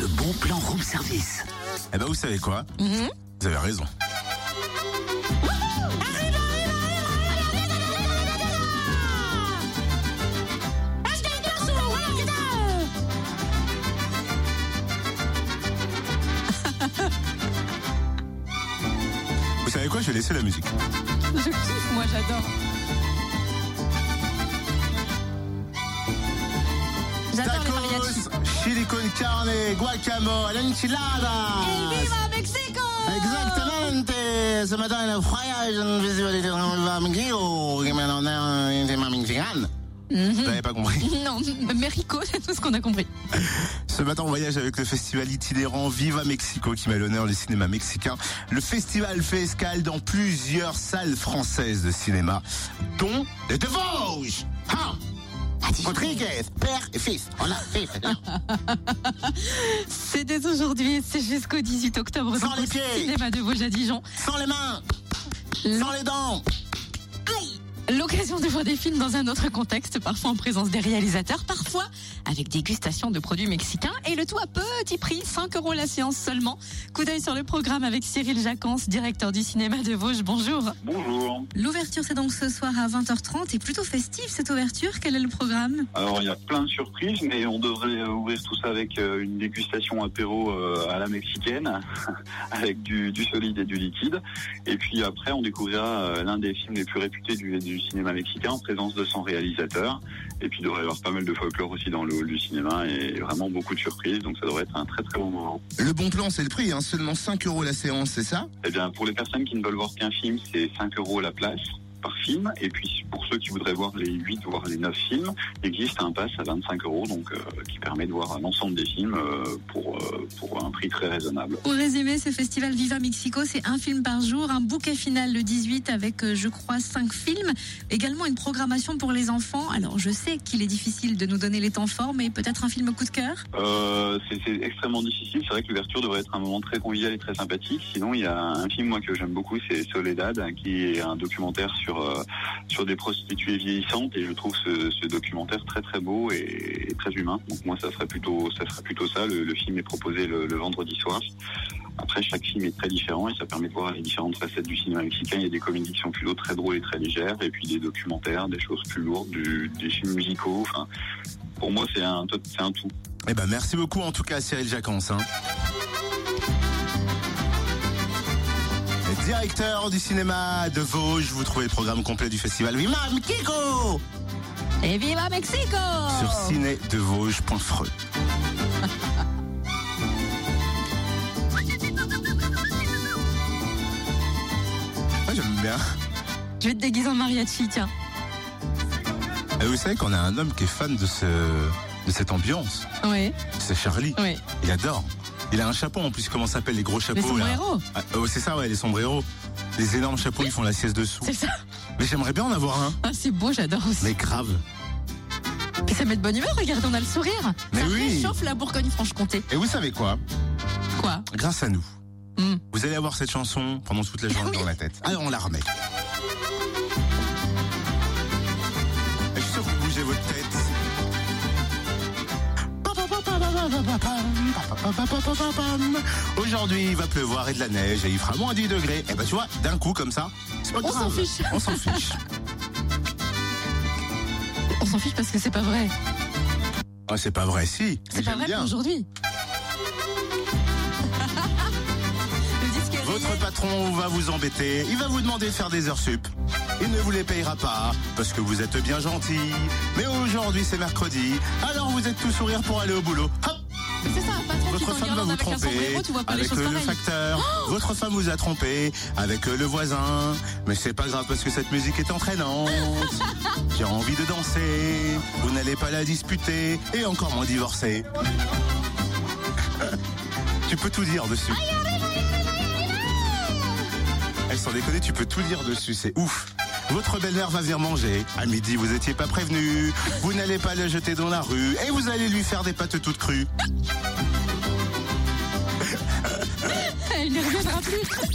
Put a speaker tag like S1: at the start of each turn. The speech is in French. S1: Le bon plan room service. Mhm.
S2: Eh ben vous savez quoi Vous avez raison. Vous savez quoi Je vais laisser la musique.
S3: Je kiffe, moi j'adore. J'adore les mariachis.
S2: Tacos, chili con carne, guacamole, enchiladas.
S3: Viva Mexico
S2: Exactamente. Ce matin, le voyage, une visualité de Mexico, qui maintenant est une mamie mexicane.
S1: Mhm.
S2: Vous n'avez pas compris.
S3: Non, Merico, c'est tout ce qu'on a compris.
S2: Ce matin, on voyage avec le festival itinérant Viva Mexico qui met à l'honneur du cinéma mexicain. Le festival fait escale dans plusieurs salles françaises de cinéma, dont les deux Vosges. Hein Rodriguez, père et fils. On a fait.
S3: C'est dès aujourd'hui, et c'est jusqu'au 18 octobre.
S2: Sans
S3: donc,
S2: les
S3: au
S2: pieds.
S3: Cinéma de Vosges à Dijon.
S2: Sans les mains, sans les dents.
S3: L'occasion de voir des films dans un autre contexte, parfois en présence des réalisateurs, parfois avec dégustation de produits mexicains et le tout à petit prix, 5 euros la séance seulement. Coup d'œil sur le programme avec Cyril Jacquance, directeur du cinéma de Vosges. Bonjour.
S4: Bonjour.
S3: L'ouverture, c'est donc ce soir à 20h30 et plutôt festive cette ouverture. Quel est le programme
S4: Alors il y a plein de surprises, mais on devrait euh, ouvrir tout ça avec euh, une dégustation apéro euh, à la mexicaine, avec du, du solide et du liquide. Et puis après, on découvrira euh, l'un des films les plus réputés du, du cinéma mexicain en présence de 100 réalisateurs. Et puis il devrait y avoir pas mal de folklore aussi dans le hall du cinéma et vraiment beaucoup de surprises. Donc ça devrait être un très très bon moment.
S2: Le bon plan, c'est le prix, hein. seulement 5 euros la séance, c'est ça
S4: Eh bien, pour les personnes qui ne veulent voir qu'un film, c'est 5 euros la place par film. Et puis, pour ceux qui voudraient voir les 8, voire les 9 films, il existe un pass à 25 euros, donc, euh, qui permet de voir l'ensemble des films euh, pour, euh, pour un prix très raisonnable.
S3: Pour résumer, ce festival Viva Mexico, c'est un film par jour, un bouquet final le 18 avec, euh, je crois, 5 films. Également une programmation pour les enfants. Alors, je sais qu'il est difficile de nous donner les temps forts, mais peut-être un film coup de cœur
S4: Euh, c'est c'est extrêmement difficile. C'est vrai que l'ouverture devrait être un moment très convivial et très sympathique. Sinon, il y a un film moi que j'aime beaucoup, c'est Soledad, hein, qui est un documentaire sur euh, sur des prostituées vieillissantes. Et je trouve ce, ce documentaire très très beau et, et très humain. Donc moi, ça serait plutôt ça serait plutôt ça. Le, le film est proposé le, le vendredi soir. Après, chaque film est très différent et ça permet de voir les différentes facettes du cinéma mexicain. Il y a des comédies qui sont plutôt très drôles et très légères, et puis des documentaires, des choses plus lourdes, du- des films musicaux. Enfin, pour moi, c'est un, tot- c'est un tout.
S2: Eh ben merci beaucoup en tout cas Cyril Jacquance. hein. Directeur du cinéma de Vosges, vous trouvez le programme complet du festival Viva Mexico
S3: Et Viva Mexico
S2: sur cinédevosges.fr. Ouais, J'aime bien.
S3: Je vais te déguiser en mariachi, tiens.
S2: Et Ah, vous savez qu'on a un homme qui est fan de, ce, de cette ambiance.
S3: Oui,
S2: C'est Charlie.
S3: oui.
S2: Il adore. Il a un chapeau en plus, comment ça s'appelle les gros chapeaux
S3: Mais son
S2: là
S3: héros,
S2: Ah, oh, c'est ça, ouais, les sombreros. Les énormes chapeaux, ils font la sieste dessous.
S3: c'est ça.
S2: Mais j'aimerais bien en avoir un.
S3: Ah, c'est beau, j'adore aussi.
S2: Mais grave.
S3: Et ça met de bonne humeur, regarde, on a le sourire.
S2: Mais
S3: ça
S2: oui.
S3: réchauffe la Bourgogne-Franche-Comté.
S2: Et vous savez quoi
S3: Quoi
S2: Grâce à nous,
S3: Hmm.
S2: vous allez avoir cette chanson pendant toute la journée dans la tête. Alors on la remet. Je suis sûr que vous bougez votre tête. Aujourd'hui, il va pleuvoir et de la neige et il fera moins 10 degrés. Et bah tu vois, d'un coup comme ça, c'est pas
S3: On
S2: grave.
S3: s'en fiche.
S2: On s'en fiche.
S3: On s'en fiche parce que c'est pas vrai.
S2: Ah, c'est pas vrai, si.
S3: C'est pas
S2: J'aime
S3: vrai
S2: bien.
S3: pour aujourd'hui. Le disque est
S2: Votre
S3: rayé.
S2: patron va vous embêter, il va vous demander de faire des heures sup. Il ne vous les payera pas, parce que vous êtes bien gentil. Mais aujourd'hui c'est mercredi, alors vous êtes tout sourire pour aller au boulot. Hop
S3: C'est ça, un patron qui
S2: votre femme va vous
S3: t'engueule avec un
S2: tromper
S3: sombrero, tu vois pas les
S2: avec
S3: choses
S2: le
S3: pareilles. Oh
S2: facteur. Votre femme vous a trompé avec euh, le voisin. Mais c'est pas grave parce que cette musique est entraînante. J'ai envie de danser. Vous n'allez pas la disputer et encore moins divorcer. tu peux tout dire dessus. Elle s'en déconne, tu peux tout dire dessus, c'est ouf. Votre belle-mère va venir manger. À midi, vous étiez pas prévenu. Vous n'allez pas la jeter dans la rue et vous allez lui faire des pâtes toutes crues.
S3: Il ne reviendra plus.